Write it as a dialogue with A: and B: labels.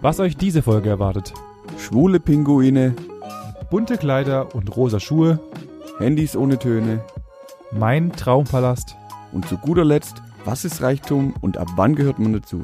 A: was euch diese Folge erwartet.
B: Schwule Pinguine,
A: Bunte Kleider und rosa Schuhe,
B: Handys ohne Töne
A: mein Traumpalast.
B: und zu guter Letzt, was ist Reichtum und ab wann gehört man dazu?